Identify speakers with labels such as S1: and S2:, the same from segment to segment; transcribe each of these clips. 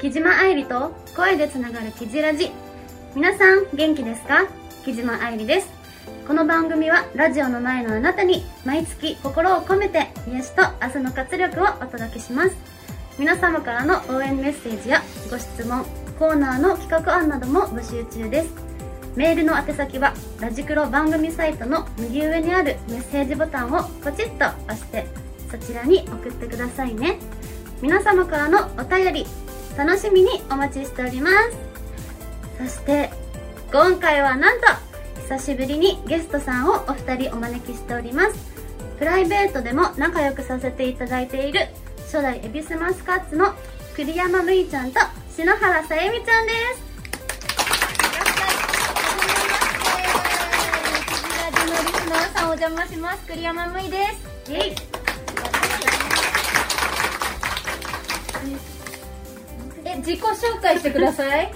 S1: 木島愛理と声でつながるキジラジ皆さん元気ですか木島愛理ですこの番組はラジオの前のあなたに毎月心を込めて癒しと明日の活力をお届けします皆様からの応援メッセージやご質問コーナーの企画案なども募集中ですメールの宛先はラジクロ番組サイトの右上にあるメッセージボタンをポチッと押してそちらに送ってくださいね皆様からのお便り楽しみにお待ちしておりますそして今回はなんと久しぶりにゲストさんをお二人お招きしておりますプライベートでも仲良くさせていただいている初代恵比寿マスカッツの栗山むいちゃんと篠原さゆみちゃんです
S2: のリスナーさんお邪魔します栗山むいです
S1: イェイ
S2: え自己紹介してください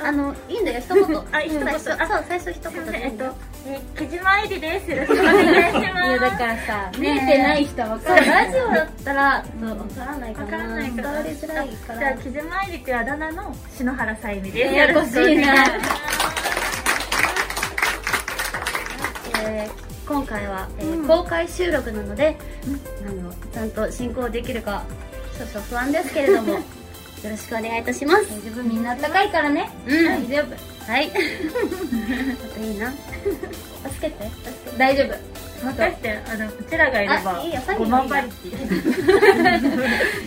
S1: あの、いいんだよ、一 言。
S3: あ一言
S1: うん最初そう、最初一
S3: すい
S1: 言
S3: ませ
S1: で
S3: ん
S1: いい
S3: え
S1: ん
S3: っ
S1: だ
S3: と
S1: よ。、
S3: えー、木島愛理です。よろしくお願いし
S2: いやだ
S3: ま
S2: からさ見
S1: ねえ
S2: えてない人わか
S1: そう、
S2: る
S1: ラジオだったら、そうわからない
S3: す。
S1: かな。
S3: わからないか
S1: 伝
S3: ら。
S1: わりづらいか
S3: あじ
S1: ら
S3: ゃあ、。木島愛理っていうあだ名の篠原さゆみです。
S2: ややこしい
S3: よろくお願
S2: な
S3: します
S1: えー今回は、えー公開収録なので、あの、ちゃんと進行できるか、少々不安ですけれど も、よろしくお願いいたします。
S2: 大丈夫みんなあったかいからね
S1: うん
S2: 大丈夫
S1: はい。 あといいな。助けて、助けて。
S2: 大丈夫
S3: もしかして、あの、うちらがいれ
S1: あいいよ
S3: ば、
S1: 最後
S3: 五
S1: のい
S3: 万
S1: いな
S3: 倍っていう。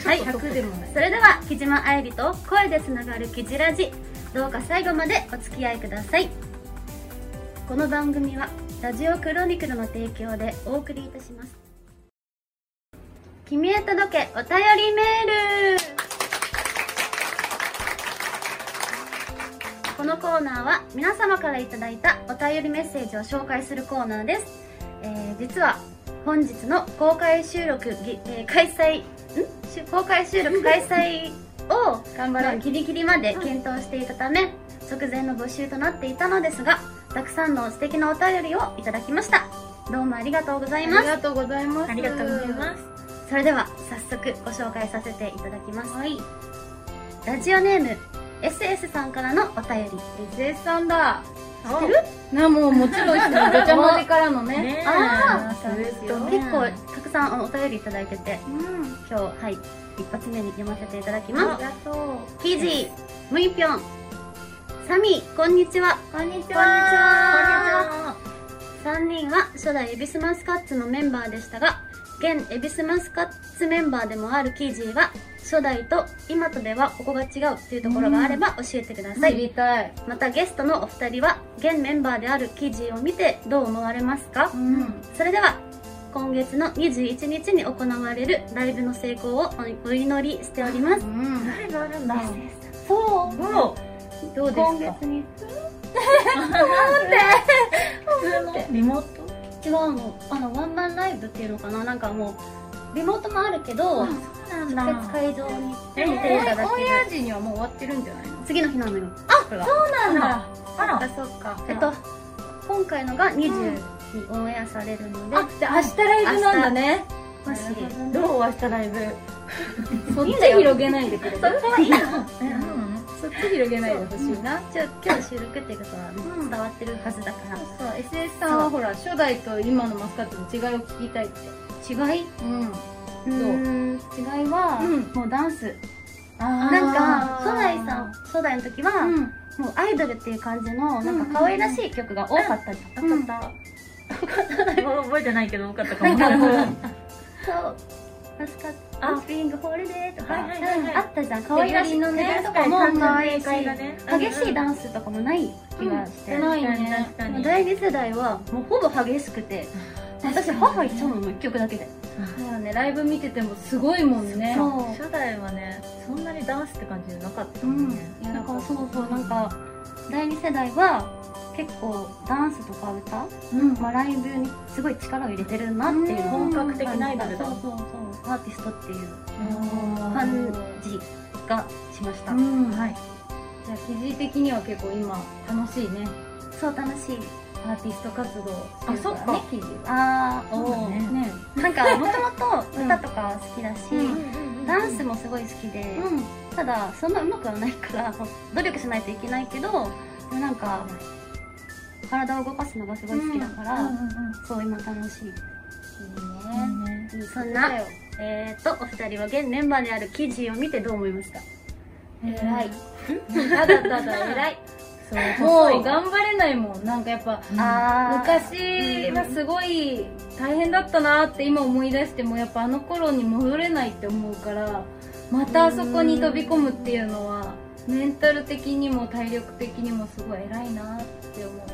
S1: はい。
S2: 100でもない
S1: それでは木島愛理と声でつながるキジラジどうか最後までお付き合いくださいこの番組はラジオクロニクルの提供でお送りいたします君へ届けお便りメールこのコーナーは皆様からいただいたお便りメッセージを紹介するコーナーです、えー実は本日の公開収録ぎ、えー開催んし公開収録開催を
S2: 頑張
S1: の
S2: れ
S1: ギリギリまで検討していたため直前の募集となっていたのですがたくさんの素敵なお便りをいただきましたどうもありがとうござい
S2: あ
S1: ま
S2: り
S1: す
S2: がとうございます
S3: ありがとうございます。
S1: それでは早速ご紹介させていただきます
S2: はい
S1: ラジオネーム SS さんからのお便り
S2: SS さんだ
S3: 知って
S2: なもうもちろん知ってるごちゃ混ぜからの
S3: る
S2: ね
S3: ね
S1: あ
S2: ーそうですよ
S1: 結構たくさんお便りいただいてて
S2: うん
S1: 今日はい一発目に読ませていただき
S2: あ
S1: ま
S2: りがとう
S1: すキジームイピョンサミーこんにちは
S2: こんにち
S1: は
S2: は
S1: 3人は初代恵比寿マスカッツのメンバーでしたが現恵比寿マスカッツメンバーでもあるキージーは初代と今とではここが違うというところがあれば教えてください、
S2: 知りたい
S1: またゲストのお二人は現メンバーであるキージーを見てどう思われますか、
S2: ん
S1: それでは今月の21日に行われるライブの成功をお祈りしておりま
S2: う
S1: す
S2: ん
S3: 誰があるんだ。
S2: そ
S3: もう、
S2: うどうですか
S1: 今月に
S3: 普通のリモート
S1: 違うのあのワンマンライブっていうのかななんかもうリモートもあるけど、
S3: そう
S1: 直接会場に行って
S3: えー
S1: 見ていただ
S2: オ
S1: け
S2: ン
S1: る
S2: エア時にはもう終わってるんじゃないの
S1: 次の日なのよ
S2: あそう
S3: なん
S2: だ
S3: だあら、
S2: そっか
S1: えっと今回のが20にオンエアされるので、
S2: あじゃあ明日ライブなんだね
S1: もし
S3: どう明日ライブ。
S2: そっち広げないでくれる
S1: はいいの
S3: うん。
S2: そっち広げないでほしいな
S1: じゃあ今日収録っていうことはね、
S2: うん
S1: 伝わってるはずだから
S2: そう SS さんはほら初代と今のマスカットの違いを聞きたいっ
S1: 違
S2: て
S1: い
S2: う
S1: う
S2: ん
S1: ーん違いは、
S2: うん
S1: もうダンス
S2: あ
S1: なんか
S2: ー
S1: 初代さん初代の時は、
S2: うん
S1: もうアイドルっていう感じの
S2: ん
S1: なんか可愛らしい曲が多かったりとか、
S2: うん
S1: 多かった
S3: もう覚えてないけど、多かったかも。
S1: な
S3: は
S1: ん
S3: い
S1: かそう「マスカッ
S3: あ
S1: ト」「ビングホールデー」とか、
S3: はいはいはい
S1: あ。ったじゃん可愛らしい
S2: 手刈りのね
S1: とかも
S2: 確かに
S1: 可愛いし、
S3: 感動の展開がね
S1: 激しいダンスとかもない気がして、
S2: うんないね
S3: 確かに。
S1: 第二世代はもうほぼ激しくて私母行っちゃうのも1曲だけで
S2: そうだねライブ見ててもすごいもんね
S1: そう
S3: 初代はねそんなにダンスって感じじゃなかった
S2: う
S3: も
S2: ん
S3: んね、
S2: いや
S1: だ
S2: だ
S1: か
S2: からら
S1: そうそうなんか第二世代は結構ダンスとか歌、
S2: うん
S1: まあ、ライブにすごい力を入れてるなっていうのを
S2: うん
S3: 本格的なアイドルだ
S1: そうそうそうアーティストっていう
S2: うん
S1: 感じがしました、
S2: うんじゃ
S3: はい
S2: あ記事的には結構今楽しいね
S1: そう楽しい
S2: アーティスト活動してる
S3: あそっ
S2: から
S3: か
S2: ね記事は
S1: ああ
S3: そうだね
S2: ね
S1: なんかもともと歌とか好きだし、
S2: うん
S1: ダンスもすごい好きで、
S2: うん
S1: ただそんなうまくはないから努力しないといけないけどでもなんか体を動かすのがすごい好きだから、
S3: うんうん
S1: そう今楽しい、
S3: うんいいね
S1: そんなえー、とお二人は現メンバーである記事を見てどう思いました偉い
S2: ただただ偉い
S3: そう
S2: も
S3: 細
S2: う
S3: い
S2: 頑張れないもんなんかやっぱ
S3: うん
S1: あ
S2: 昔はすごい大変だったなって今思い出してもやっぱあの頃に戻れないって思うからまたあそこに飛び込むっていうのはメンタル的にも体力的にもすごい偉いなって思う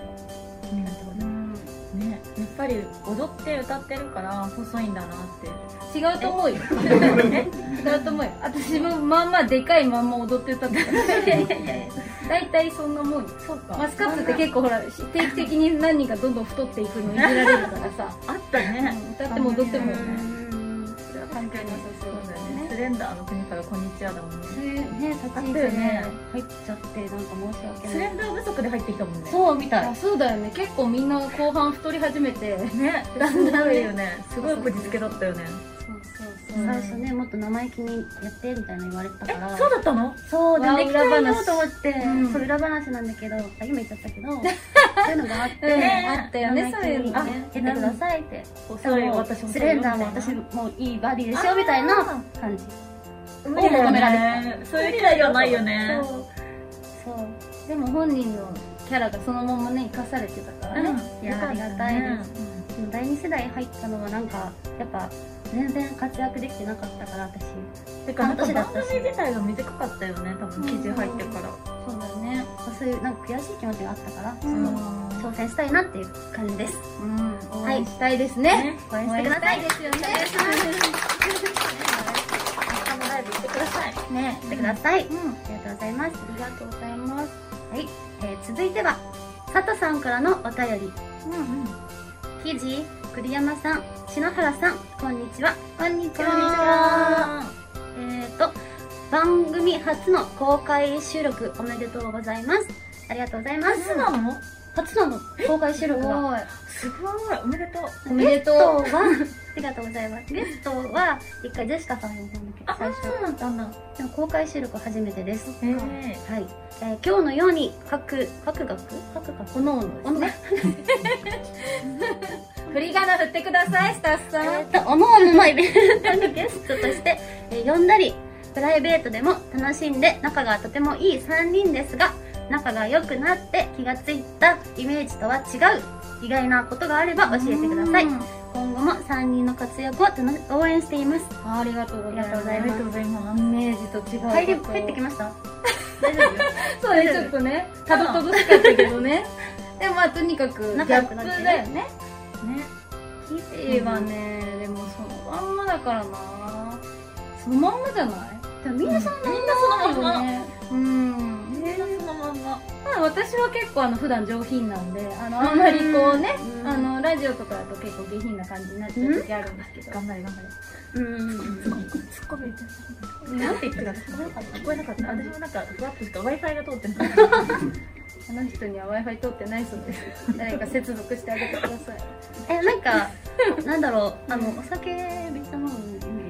S2: うん
S3: ねやっぱり踊って歌ってるから細いんだなって
S2: 違うと思うよ違うと思うよ私もまあまあでかいまんま踊ってたんだから大体そんなもんよ
S3: そうか
S2: マスカッツって結構ほら定期的に何人かどんどん太っていくのいじられるからさ
S3: あったね
S2: 歌っても踊っても
S3: う
S1: うん
S2: ね
S3: 環境に良さそうだよねスレンダーの国からこんにちはだもんね
S1: ね立ち位置
S3: あったよ
S1: ね
S3: ね
S1: 入っちゃってなんか申し訳
S3: ス
S1: な
S3: レ
S1: い
S3: ンダー不足で入ってきたもんね
S1: そうみたい
S2: あそうだよね結構みんな後半太り始めて
S3: ね
S2: だ
S3: だ
S2: ん
S3: ん
S2: だ
S3: だ
S2: ん
S3: ん
S2: ね
S3: よねすごいこじつけだったよね
S1: そうそう
S3: うん
S1: 最初ねもっと生意気にやってみたいな言われてた
S3: え
S1: から
S3: そうだったの
S1: そうで
S2: わあ
S1: できたい
S2: 裏
S1: な
S2: 話
S1: と思って、
S2: うん
S1: そう裏話なんだけどあ今言っちゃったけ どそういうのがあ って、
S3: ね
S2: あったよねそういうの
S1: あ
S2: ね
S1: やってくださいって
S3: 細い私も
S1: スレンダーも私もいいバディでしょみたいな感じ
S3: を
S1: を求められ
S3: れたそういう機会はないよね
S1: そうそう
S2: でも本人のキャラがそのままね生かされてたからね、
S1: いやありがたいですでも第二世代入ったのはなんかやっぱ全然活躍できてなかったから私
S3: すてかなんか番組自体が短かったよね多分記事入ってから
S2: そうだね
S1: そういうなんか悔しい気持ちがあったから、
S3: うん
S1: その挑戦したいなっていう感じです
S2: うん応
S1: はい
S2: 援したいですね、
S1: 応援
S2: 応
S1: してく
S2: 援し
S1: ださ
S2: た
S1: い
S2: いですよね
S3: 明日のライブ行ってください
S1: ねしてください、
S2: うん
S1: ありがとうございます
S2: ありがとうございます。
S1: はい、えー続いては佐藤さんからのお便り
S2: うんうん。
S1: 記事栗山さん篠原さんこんにちはこんにちえー、と番組初の公開収録おめでとうございますありがとうございま
S3: マ
S1: す
S3: スなの
S1: 初なの公開収録が
S3: すごいおめでとう
S2: おめでとう
S1: ゲストはありがとうございますゲストは一回ジェシカさん呼んだんだけど最初
S3: うだったんだ
S1: でも公開収録初めてです
S3: ええ
S1: はい、えー今日のように各各学各学
S2: おのおのですね。振り仮名振ってください、スタッフさ
S1: え
S2: ん。
S1: っと、おのおののイベントにゲストとして、えー呼んだり、プライベートでも楽しんで仲がとてもいい3人ですが、仲が良くなって気がついたイメージとは違う意外なことがあれば教えてください。今後も3人の活躍を楽応援しています。
S2: あありがとうございます。
S1: ありがとう
S3: ございま
S2: イメージと違う。
S1: 入り、入ってきました大丈
S2: そうね、ちょっとね、たどたどしかったけどね。 でもまあ、とにかく、ギ
S1: 仲良
S2: ャッ
S1: く
S2: プ
S1: なって
S2: だよね。
S3: すね
S1: 夫聞いて
S2: いいわね。でも、そのまんまだからな。そのまんまじゃない
S1: でもみんなそんな、
S3: みんなそのまんま
S2: ね。うん。
S3: みんなそのまんま
S2: まあ、私は結構あの普段上品なんであのあんまりこうね、
S1: うん
S2: あのラジオとかだと結構下品な感じになっちゃう時あるんですけど、
S3: 頑張れ頑張
S1: う
S3: れ
S1: ん。
S3: ツッコミみたいななんて言ってたか聞こえなかった私もなんかふわっとしか Wi-Fi が通ってない
S2: あの人には w i f i 通ってないそう です誰か接続してあげてください
S1: え、なんか、なんだろう、あの、お酒めっちゃ飲むイメ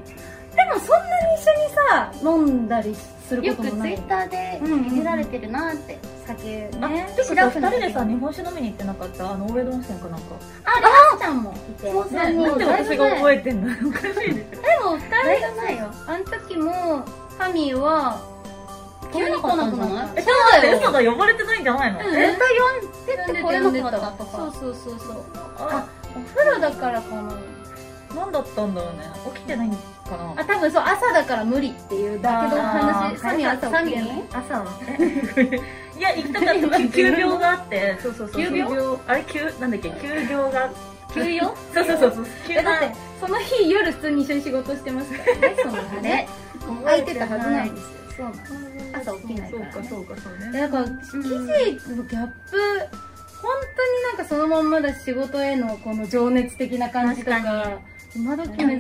S1: ージ。
S2: でもそんなに一緒にさ飲んだりする
S1: よ
S2: こと
S1: く
S2: も
S1: ツ
S2: な
S1: イ
S2: い
S1: ッターで
S2: うんうんうん
S1: いじられてるなって、酒
S3: あ、
S1: ね。
S3: ね、てことは二人でさ日本酒飲みに行ってなかったあの大江戸温泉かなんか
S2: あーちゃんもいて
S1: そうそう
S2: ね
S1: も
S3: なんで私が
S2: で
S3: 覚えてんのおかしいですよ
S2: も二
S1: 誰
S2: 人
S1: がないよ。
S2: あの時もハミーは急に来なくなった
S1: え
S2: そう
S3: え嘘だ呼ばれてないんじゃないの、
S2: うん
S1: 絶対呼んでってこれのこ
S2: 呼んで
S1: と
S2: た
S1: か。
S2: そうそうそうそう
S3: あ
S2: お風呂だからかな
S3: 何だったんだろうね起きてないのかな
S2: あ多分そう朝だから無理っていうだけの
S3: あ
S2: 話
S3: ー
S2: サミは朝起きれない
S1: 朝は。
S3: いや行きたかった急病があってそうそうそう
S2: 急病
S3: あれ急なんだっけ急病が
S2: 休 養
S3: そうそうそうそう急
S2: え
S3: な
S2: だってその日夜普通に一緒に仕事してますからね その日ね空いてたはずなんですよそうなんで
S1: 朝
S2: す
S1: 起きないからね
S3: そうかそうかそうね
S2: だから記事のギャップ本当になんかそのまんまだし仕事へのこの情熱的な感じとか
S3: 確か
S2: 今時珍し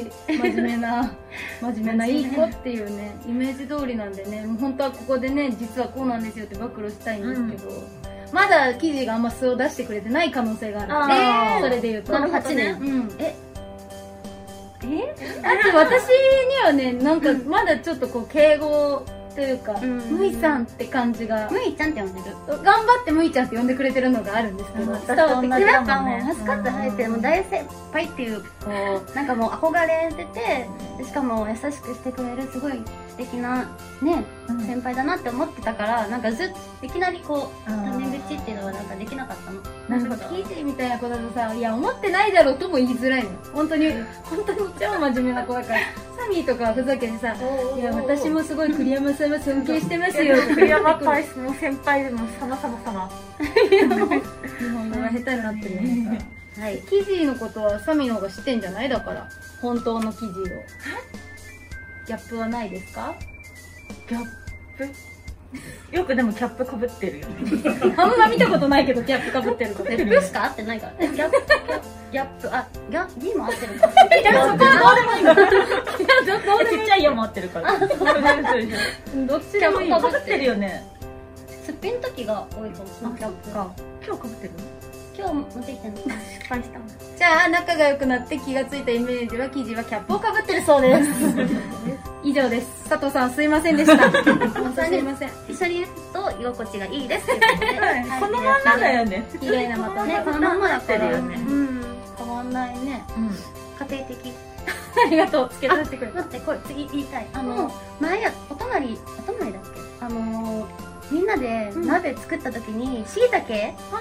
S2: い真面目な真面目ないい子っていうねイメージ通りなんでねもう本当はここでね実はこうなんですよって暴露したいんですけど、まだ記事があんま素を出してくれてない可能性があるんで
S3: あー
S2: それで言うと
S1: この8
S3: なるほどね
S1: 年。
S2: うん
S1: ええ
S2: えあと私にはねなんかまだちょっとこう敬語というか、
S1: うん
S2: むいさんって感じが、
S1: むいちゃんって呼んでる
S2: 頑張ってむいちゃんって呼んでくれてるのがあるんですけど、
S3: うん
S2: 伝わっ
S1: でも
S2: てきて
S3: 同じ
S1: や
S3: だ
S1: っ
S3: もん
S1: ぱもう
S3: ね
S1: ハスカッと生えてもう大先輩っていうこうなんかもう憧れててでしかも優しくしてくれるすごい素敵なね先輩だなって思ってたからなんかずっといきなりこう
S3: うん
S1: タメ口っていうのはなんかできなかったの
S2: なんか聞いてみたいな子だとさ「いや思ってないだろ」うとも言いづらいの本当に本当に超真面目な子だからサミーとかはふざけてさ「いや私もすごい栗山さんは尊敬してますよ」
S3: 栗 山大使の先輩でも様様様
S2: 日本語が下手になってるよね
S1: はい
S2: 記事のことはサミーの方が知ってんじゃないだから本当の記事をギャップはないですか
S3: ギャップよくでもキャップかぶってるよ ね
S2: あんま見たことないけどギャップかぶってる子
S1: で プしか合ってないからねギャップギャップあギャギも合ってるか
S3: いやそこはどうでもいい
S2: どどう
S3: のちっちゃい山合ってるから どうでもいいでしょ
S2: でもどっち
S3: キ
S2: で
S3: ャ
S2: もいい
S3: ップかぶってるよね
S1: すっぴんの時が多いかもしれないギャップが
S3: 今日かぶってる
S1: 今日持ってきたの失敗したの
S2: じゃあ仲が良くなって気がついたイメージは記事はキャップをかぶってるそうです以上です佐藤さんすいませんでした本当すいません
S1: 一緒にいると居心地がいいです
S3: はいこのまんまだよね
S2: 綺麗なまたね
S1: ねこのまんまだ
S3: っ
S1: ってた
S3: る
S1: ら
S3: よ
S1: う
S3: ね
S1: ん変わんないね家庭的
S2: ありがとうつけ足してくれた
S1: 待ってこれ次言いたいあ
S2: うん
S1: の前やお隣お隣だっけあのーみんなで
S2: うん
S1: 鍋作った時にしいたけ
S2: あ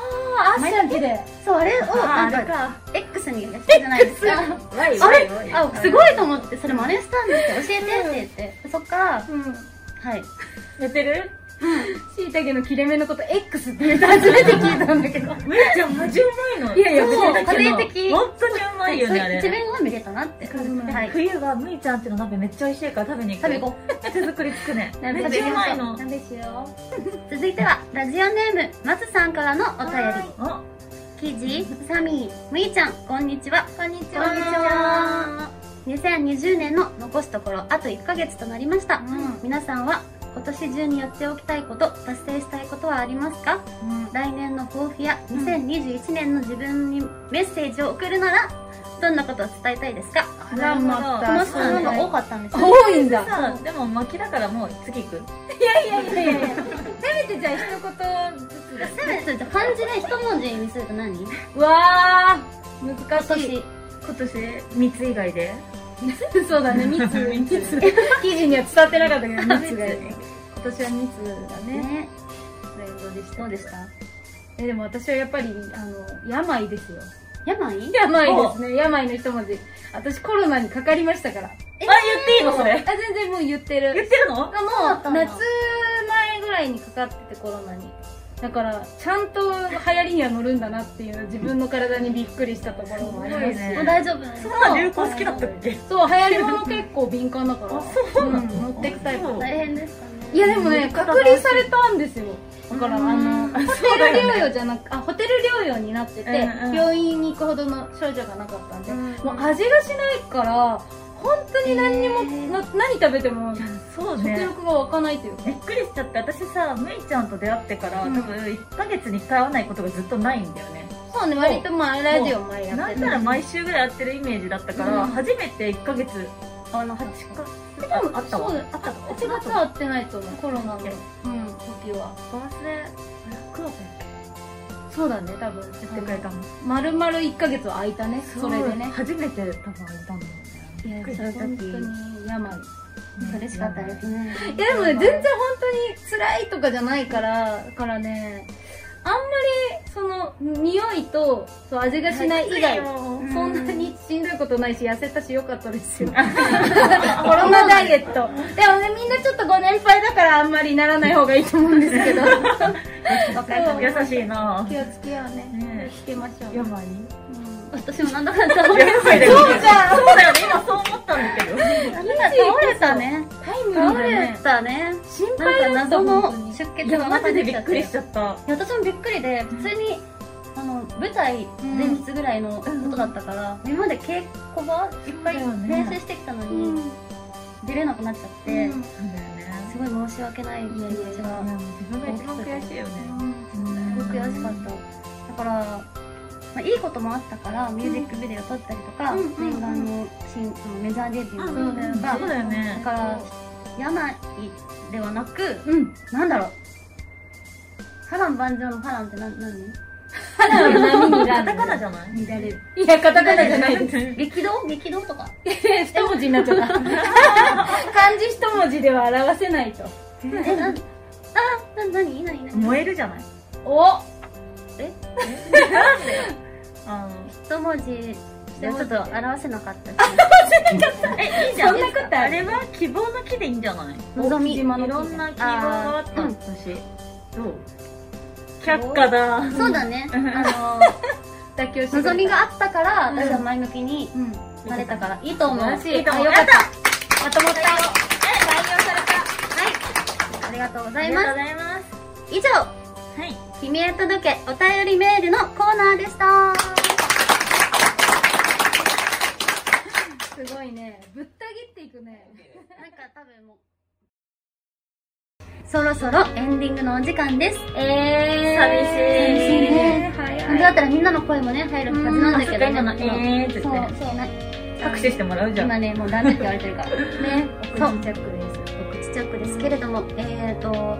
S2: ーあっちゃんきで
S1: そうあれを
S3: あ
S1: な
S3: あ
S1: ん
S3: れ
S1: か
S3: か
S1: X にやってたじゃないですか
S3: あれ
S1: あれあすごいと思ってそれ真似したんですよ教えてって言ってそっから
S2: うん
S1: はい
S3: 寝てる
S2: しいたけの切れ目のこと X って言って 初めて聞いたんだけ ど
S3: めっちゃマジうまいの
S2: いやいや
S3: そう
S1: 家庭的
S3: 本当にうまいよねあ
S1: そう
S3: れ
S1: 一面は見れたなって
S2: かるな
S1: はい
S3: 冬はむいちゃんっての鍋めっちゃ美味しいから食べに行
S1: 食べ行こ
S3: う手作り作ね
S1: 鍋
S3: めっちゃうまいの
S2: 鍋しよ
S1: う続いてはラジオネームまつさんからのお便り
S3: あ
S1: 記事サミーむいちゃんこんにちは
S2: うこんにち
S1: こんにちは2020年の残すところあと1ヶ月となりました、
S2: ん
S1: 皆さんは今年中にやっておきたいこと達成したいことはありますか来年の抱負や
S2: ん
S1: 2021年の自分にメッセージを送るならどんなことを伝えたいですか
S3: あらま
S1: こ
S2: あ
S1: の
S3: た
S1: 質
S2: そうね
S1: 問が多かったんですよ
S2: 多いんだ
S3: さあでも巻きだからもう次行く
S2: いやいやいやいやせめてじゃあ一言ずつだ
S1: せめて漢字で一文字にすると何今
S2: うわー難しい
S1: 年
S3: 今年三つ以外で
S2: そうだね、密、密。 記事には伝わってなかったけど、密が。今年は密がね、
S1: ね
S2: トレンドでした。
S1: どうでした
S2: え、でも私はやっぱり、あの、病ですよ。
S1: 病
S2: 病ですね、病の一文字。私コロナにかかりましたから。あ、
S3: あ言っていいのそれ
S2: 全然もう言って
S3: 言っ
S2: る。
S3: てるの
S1: だった
S2: もう、
S1: んだ
S2: 夏前ぐらいにかかっててコロナに。だから、ちゃんと流行りには乗るんだなっていう、自分の体にびっくりしたところもありますし。
S3: すごいね
S1: もう大丈夫
S3: そんな流行好きだったっけ
S2: そう、流行り物結構敏感だから。
S3: あそうなの
S2: ん持ってくタイプ。
S3: そう
S1: 大変でしたね
S2: いやでもね、隔離されたんですよ。だから、あ
S1: うん
S2: の、ホテル療養じゃなく、あ、ホテル療養になってて、
S3: うんうん
S2: 病院に行くほどの症状がなかったんで、
S1: うん
S2: もう味がしないから、本当に何にも、
S1: へー
S2: な何食べても、
S3: そう
S2: 食
S3: ね
S2: 欲が湧かないというか。
S3: びっくりしちゃって私さむいちゃんと出会ってから、
S2: うん
S3: 多分1ヶ月に1回会わないことがずっとないんだよね
S2: そうね、割とまあ、ラジオ前や
S3: な
S2: って
S3: ん
S2: た
S3: なら
S2: し。
S3: 毎週ぐらい会ってるイメージだったから、
S2: うん
S3: 初めて1ヶ月
S1: あの8
S3: か
S2: でも
S3: あったわ
S2: そうだ、あった。1月は会ってないと思う、コロナの、うん、時は。
S3: バースデークオー
S2: そうだね、多分。
S3: 言ってくれたの
S2: まるまる1ヶ月は空いたね、それでね。
S3: 初めて多分会ったんだよ
S2: い
S3: ね
S2: や、
S3: びっくりし
S2: そ
S3: た
S2: れ
S3: 時
S2: 本当に病。
S1: 嬉しかったですね
S2: いやでもね、全然本当に辛いとかじゃないから、だからね、あんまり、その、匂いと、そう、味がしない以外、
S3: うん
S2: そんなにしんどいことないし、痩せたし良かったです よ。コ
S1: ロ
S2: ロナダイエット。でもね、みんなちょっとご年配だからあんまりならない方がいいと思うんですけど。
S1: わか
S2: る
S3: 優しいな
S2: 気をつけようね
S3: ね。
S2: 気をつけましょう。
S3: 病
S2: うん
S1: 私もなんだかんだ倒れ
S3: 病だよねそうじゃんそうだよね今そう思ったんだけ ど
S1: たね
S2: タイムリー
S1: 倒
S2: だ
S1: れ
S2: ね。
S1: たね
S2: 心
S1: な
S2: 配
S1: ん
S2: だ
S1: か
S2: った
S1: 謎の
S2: 本当に
S1: 出
S3: い
S1: 血
S3: や
S1: が
S3: マ
S1: また
S3: ジ
S1: 出
S3: で
S1: てきちゃ
S3: びっ
S1: っ
S3: く
S1: て
S3: りしちゃった
S1: いや私もびっくりで普通に、あの舞台
S2: ん
S1: 前日ぐらいのことだったから、今まで稽古場いっぱい
S3: そうだよね
S1: 練習してきたのに、
S2: うん
S1: 出れなくなっちゃって、
S2: うん
S3: そうだよね
S1: すごい申し訳ない気持ち
S3: い
S1: が
S3: やもう自分が一番悔しいよね
S1: すごく悔しかっただからまあ、いいこともあったからミュージックビデオ撮ったりとか、
S2: うんうんうん
S1: 念願の新メジャーデビュー
S2: うん
S1: とか、
S3: そうだよ
S1: だ
S3: ね
S1: から病ではなく
S2: うん
S1: なんだろう波乱万丈の波乱ってな何
S3: カタカナじゃない
S1: 乱れる
S2: いやカタカナじゃないです
S1: 激動激動とか
S2: 一文字になっちゃった漢字一文字では表せないと
S1: えなあな何何何
S3: 燃えるじゃない
S2: お
S3: あ
S1: 一文字でちょっと表せなかったし
S3: のえいいじゃ
S2: そ
S3: ん
S2: んなこと
S3: あ
S2: あ
S3: れ
S2: る
S3: は希望の木でいいんじゃない
S1: 望み
S2: 大木
S3: い
S2: 島の木
S3: ろんな希望があった
S1: あーうん
S3: 私どう却下だ
S1: そうだね
S3: うん
S1: あ
S2: 妥協して
S1: の
S2: くれた
S1: 望みがあったから
S2: うん
S1: 私は前向きに
S2: うん
S1: なれたからいいと思う
S2: 素晴
S1: は
S2: ら
S1: い
S2: しい
S3: いいと思う
S2: あよかった
S3: まとまった
S1: ありがとうご
S3: あ
S1: ざい
S3: りがとう
S1: ま
S3: ございます
S1: す以上
S3: はい
S1: 君へ届けお便りメールのコーナーでした
S2: すごいねぶった切っていくね
S1: なんか多分もうそろそろエンディングのお時間ですえ寂
S3: 寂しい
S1: しいね
S2: 早い
S1: 本当だったらみんなの声もね入るはずなんだけどね
S3: うんあそっか今のえーって
S1: そ
S3: 言
S1: う
S3: って
S1: そうね
S3: 拍手してもらうじゃん
S1: 今ねもうダメって言われてるからねそう
S3: ジャックです
S1: 告知チャックですけれどもえっ、ー、と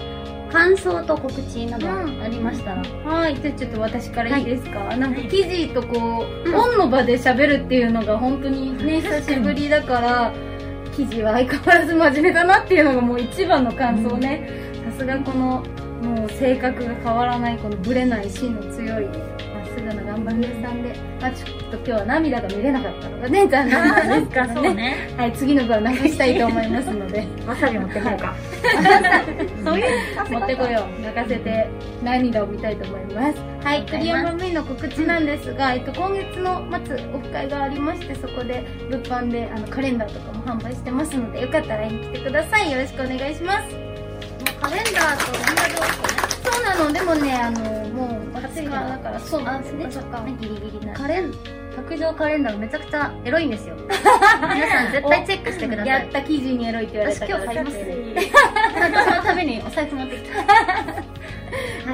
S1: 感想と告知などありましたら、
S2: はい、じゃあちょっと私からいいですか、なんか
S3: はい
S2: 記事とこ
S1: う
S2: う、
S1: ん
S2: 本の場で喋るっていうのが本当にね、久しぶりだから、記事は相変わらず真面目だなっていうのがもう一番の感想ね。さすがこの、もう性格が変わらない、このぶれない芯の強い、まっすぐな頑張り屋さんで、まあちょっと今日は涙が見れなかったのがね、残念な
S3: なん
S2: です
S3: ん
S2: け
S3: か
S2: ど
S3: そう
S2: ね。
S3: ね
S2: はい、次の部はなくしたいと思いますので、
S3: わさび持ってこうか
S1: そういう
S2: 持ってこよう。泣かせて涙を見たいと思います。は
S1: あ
S2: い、
S1: りがとうございます
S2: 栗山メイの告知なんですが、えっと、今月の末、オフ会がありまして、そこで、物販で、あの、カレンダーとかも販売してますので、よかったら会いに来てください。よろしくお願いします。
S1: カレンダーと漫画情報
S2: そうなの、でもね、あの、もう、暑いからだから、そう
S1: ねあ
S2: なん
S1: ねち
S2: よ
S1: ょっとねギリギリな
S2: カ
S1: カレン卓上カレンダーがめちゃくちゃエロいんですよ皆さん絶対チェックしてくださ
S2: やっ
S1: い
S2: た記事にエロいって言われたから、
S1: 私今日買います
S2: ね。
S1: そのためにお財布持ってきた はいあ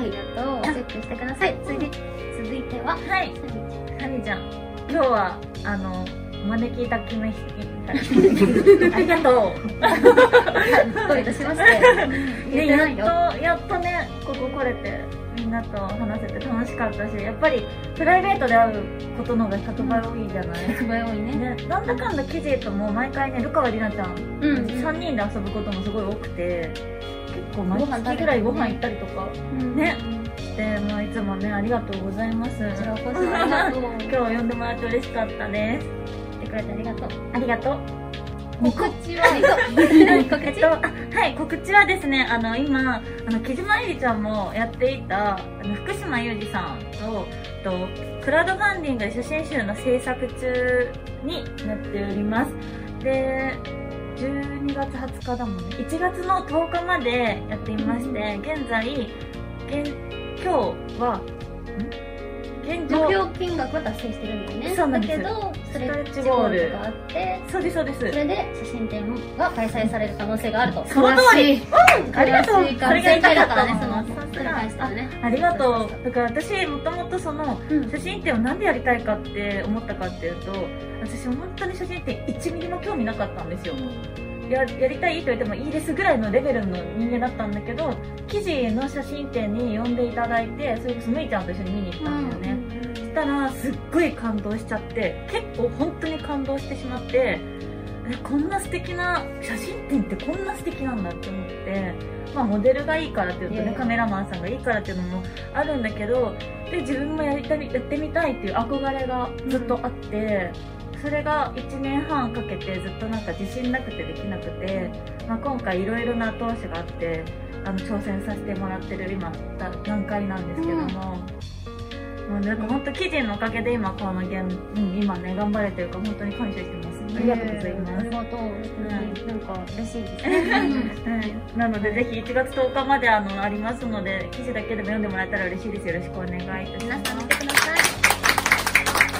S1: りがとうチェックしてください続いて続いては
S3: はいカニちゃん今日はあのお招きいただきましてありがと
S1: どういたしま して 言っ
S3: う、ね、
S1: て
S3: や
S1: ない
S3: っと
S1: よ
S3: やっとねここ来れてみんなと話せて楽しかったしやっぱりプライベートで会うことの方が100倍多いじゃない、
S2: すごい多いね。
S3: ね、なんだかんだ記事とも毎回ねルカワリナちゃん、
S1: う
S3: 三3人で遊ぶこともすごい多くて結構毎
S1: ご飯食べたりね
S3: 月ぐらいご飯行ったりとか
S1: ん
S3: ねして、まあ、いつもねありがとうございます
S1: こちらこそありがとう
S3: 今日呼んでもらって嬉しかったです
S1: 来てくれてありがとう
S3: ありがとう
S2: 告知は、
S3: えっと、あはい、告知はですね、あの、今、あの、木島えりちゃんもやっていた、あの、福島ゆうじさんと、えっと、クラウドファンディングで写真集の制作中になっております。で、12月20日だもんね。1月の10日までやっていまして、現在、現、今日は、ん現
S1: 目
S3: 状、
S1: 標金額は達成してるんだよね
S3: そうなんで
S1: だ
S3: す
S1: けどストレッチゴールがあって
S3: そうです、そうです。
S1: それで写真展が開催される可能性があると
S3: その通り
S2: しい。
S3: ありがとう
S2: 悲しい
S1: そ
S2: 感
S1: れ
S2: じ
S1: が
S2: だ
S1: 痛か
S2: ったか
S1: ったね
S2: ら
S1: その
S3: さすが
S1: それ返したらね
S3: ありがとう。だから私、もともとその、
S1: うん
S3: 写真展をなんでやりたいかって思ったかっていうと私本当に写真展1ミリも興味なかったんですよややりたいって言われてもいいですぐらいのレベルの人間だったんだけど記事の写真展に呼んでいただいてそれこそむいちゃんと一緒に見に行ったんだよね、そしたらすっごい感動しちゃって結構本当に感動してしまってえこんな素敵な写真展ってこんな素敵なんだって思って、まあ、モデルがいいからっていうのと
S1: え
S3: ね
S1: え
S3: カメラマンさんがいいからっていうのもあるんだけどで自分もやりたいやってみたいっていう憧れがずっとあって、それが1年半かけてずっとなんか自信なくてできなくて、まあ、今回いろいろな後押しがあってあの挑戦させてもらってる今だ段階なんですけども。もうなんか本当記事のおかげで今この現、うん、今ね頑張れてるから本当に感謝してます。ありがとうござい
S1: あ
S3: ます
S1: り。がとう、なんか嬉しいです ね
S3: はい、なのでぜひ1月10日まであのありますので記事だけでも読んでもらえたら嬉しいです。よろしくお願いいたし
S1: 皆
S3: ま
S1: さん見てください私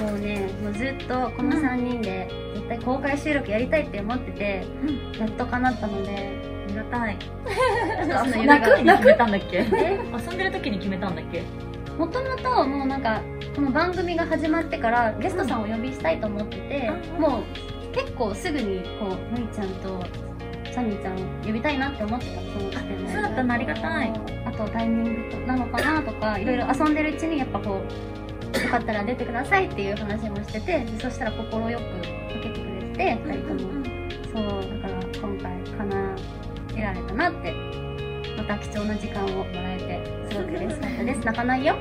S1: はもうねもうずっとこの3人で絶対公開収録やりたいって思ってて、
S3: う。
S1: やっと叶ったのです
S3: ありがたい。
S1: ちょっとその夢
S3: 泣
S1: が
S3: く泣く決めたんだっけ？
S1: え
S3: 遊んでる時に決めたんだっけ？
S1: もともともうなんかこの番組が始まってからゲストさんをお呼びしたいと思ってて、
S3: うん
S1: もう結構すぐにこうむいちゃんとサニーちゃんを呼びたいなって思ってたそうだ
S3: あそうだったのありがたい
S1: あとタイミングなのかなとかいろいろ遊んでるうちにやっぱこうよかったら出てくださいっていう話もしててでそしたら快く受けてくれて2人とも。そうだから今回かな得られたなってまた貴重な時間をもらえてすごく嬉し かったです泣かないよ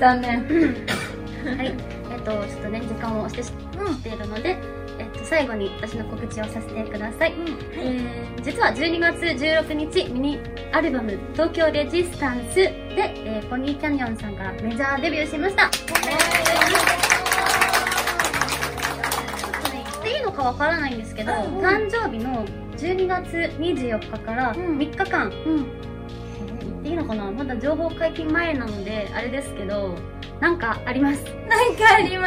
S2: 残念
S1: はいえっとちょっとね時間を押してし
S2: うん
S1: ているので、えっと、最後に私の告知をさせてください、
S2: うん
S1: えー実は12月16日ミニアルバム「東京レジスタンスで」えーポニーキャニオンさんがメジャーデビューしました言っていいのかわからないんですけど、
S3: うん
S1: 誕生日の12月24日から
S2: うん
S1: 3日間、
S2: うん
S1: 言っていいのかなまだ情報解禁前なのであれですけどなんかあります
S2: なんかありま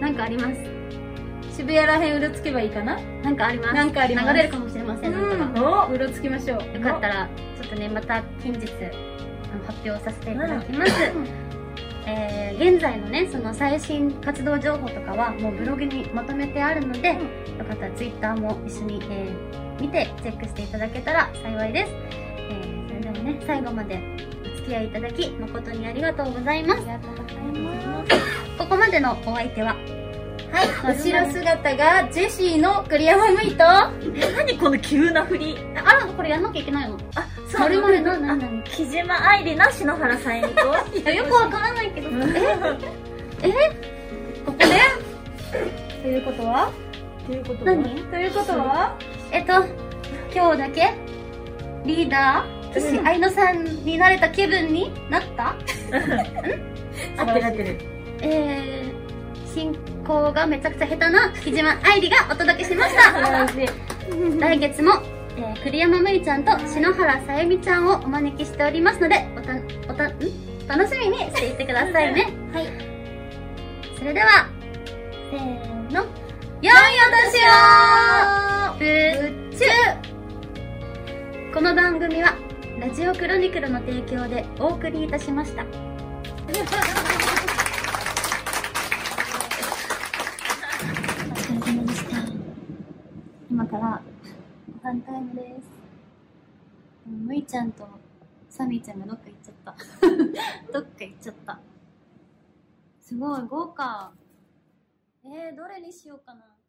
S1: なんかあります
S2: す渋谷らへんうろつけばいいかな
S1: なんかあります
S2: なんかあります
S1: 流れるかもしれません、なんとか
S3: お
S2: うろつきましょう
S1: よかったらちょっとねまた近日あの発表させていただきます、
S2: ん
S1: えー現在のねその最新活動情報とかはもうブログにまとめてあるので、よかったらツイッターも一緒に、えー見てチェックしていただけたら幸いです、えーそれではね最後までお付き合いいただき誠にありがとうございます
S2: ありがとうございます
S1: ここまでのお相手は
S2: はい後ろ姿がジェシーの栗山むいと
S3: 何この急な振り
S1: あらこれやんなきゃいけないの
S3: あ
S1: それまでな
S3: あ
S1: 何何
S3: 木島愛理な篠原さゆりと
S1: よくわからないけどえ
S2: ここでということは
S3: っていうことは
S1: 何
S2: ということは
S1: えっと、今日だけリーダー、私、
S3: うん
S1: 愛乃さんになれた気分になった
S3: 合ってる合ってる
S1: えー、進行がめちゃくちゃ下手な木島愛理がお届けしました。
S2: 素晴らし
S1: 来月も、えー栗山めいちゃんと篠原さゆみちゃんをお招きしておりますので、おた、おた、ん楽しみにしていてくださいね。はい。それでは、せーの、良いお年をぶっちゅうこの番組は、ラジオクロニクルの提供でお送りいたしました。お疲れ様でした。今から、ご飯タイムです。うんむいちゃんとサミーちゃんがどっか行っちゃった。 どっか行っちゃった。すごい、豪華。えー、どれにしようかな。